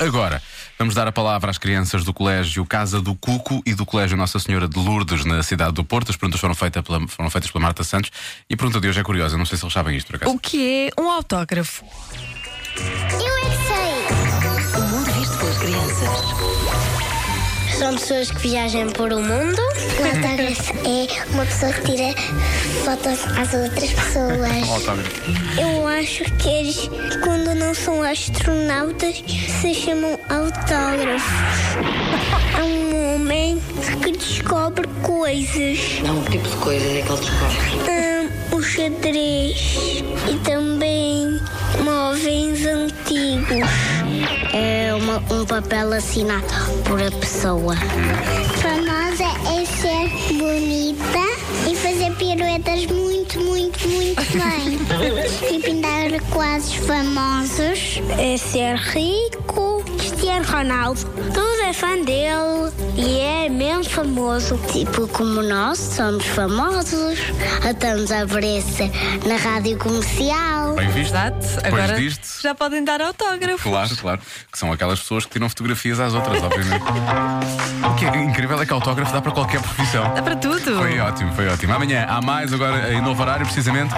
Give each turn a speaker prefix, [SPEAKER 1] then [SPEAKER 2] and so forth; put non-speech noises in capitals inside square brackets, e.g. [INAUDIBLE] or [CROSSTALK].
[SPEAKER 1] Agora, vamos dar a palavra às crianças do Colégio Casa do Cuco e do Colégio Nossa Senhora de Lourdes, na cidade do Porto. As perguntas foram, feita pela- foram feitas pela Marta Santos. E a pergunta de hoje é curiosa, não sei se eles sabem isto, por acaso.
[SPEAKER 2] O que é um autógrafo?
[SPEAKER 3] Eu é que sei.
[SPEAKER 4] O mundo visto pelas crianças.
[SPEAKER 3] São pessoas que viajam por o
[SPEAKER 4] [LAUGHS]
[SPEAKER 3] mundo. Um autógrafo é uma pessoa que tira fotos às outras
[SPEAKER 4] [LAUGHS]
[SPEAKER 1] Um
[SPEAKER 3] pessoas.
[SPEAKER 1] autógrafo.
[SPEAKER 3] Eu acho que eles, quando não são astronautas, se chamam
[SPEAKER 4] [LAUGHS]
[SPEAKER 3] autógrafos. É um homem que descobre coisas.
[SPEAKER 4] Não, que tipo de coisas é que ele descobre?
[SPEAKER 3] Hum, o xadrez e também móveis antigos. É um papel assinado por a pessoa. Para nós é, é ser bonita e fazer piruetas muito, muito, [LAUGHS] muito bem. e pintar quadros famosos. É ser rico. Cristiano Ronaldo. Tudo é fã dele e é mesmo famoso. Tipo como nós somos famosos. Estamos a aparecer na rádio comercial.
[SPEAKER 1] Bem visto?
[SPEAKER 2] Exato. Agora
[SPEAKER 1] disto.
[SPEAKER 2] já podem dar autógrafos.
[SPEAKER 1] Claro, claro. Que são aquelas pessoas que tiram fotografias às outras, obviamente. O que é incrível é que autógrafo dá para qualquer profissão.
[SPEAKER 2] Dá É para tudo.
[SPEAKER 1] Foi ótimo, foi ótimo. Amanhã há mais, agora em novo horário, precisamente.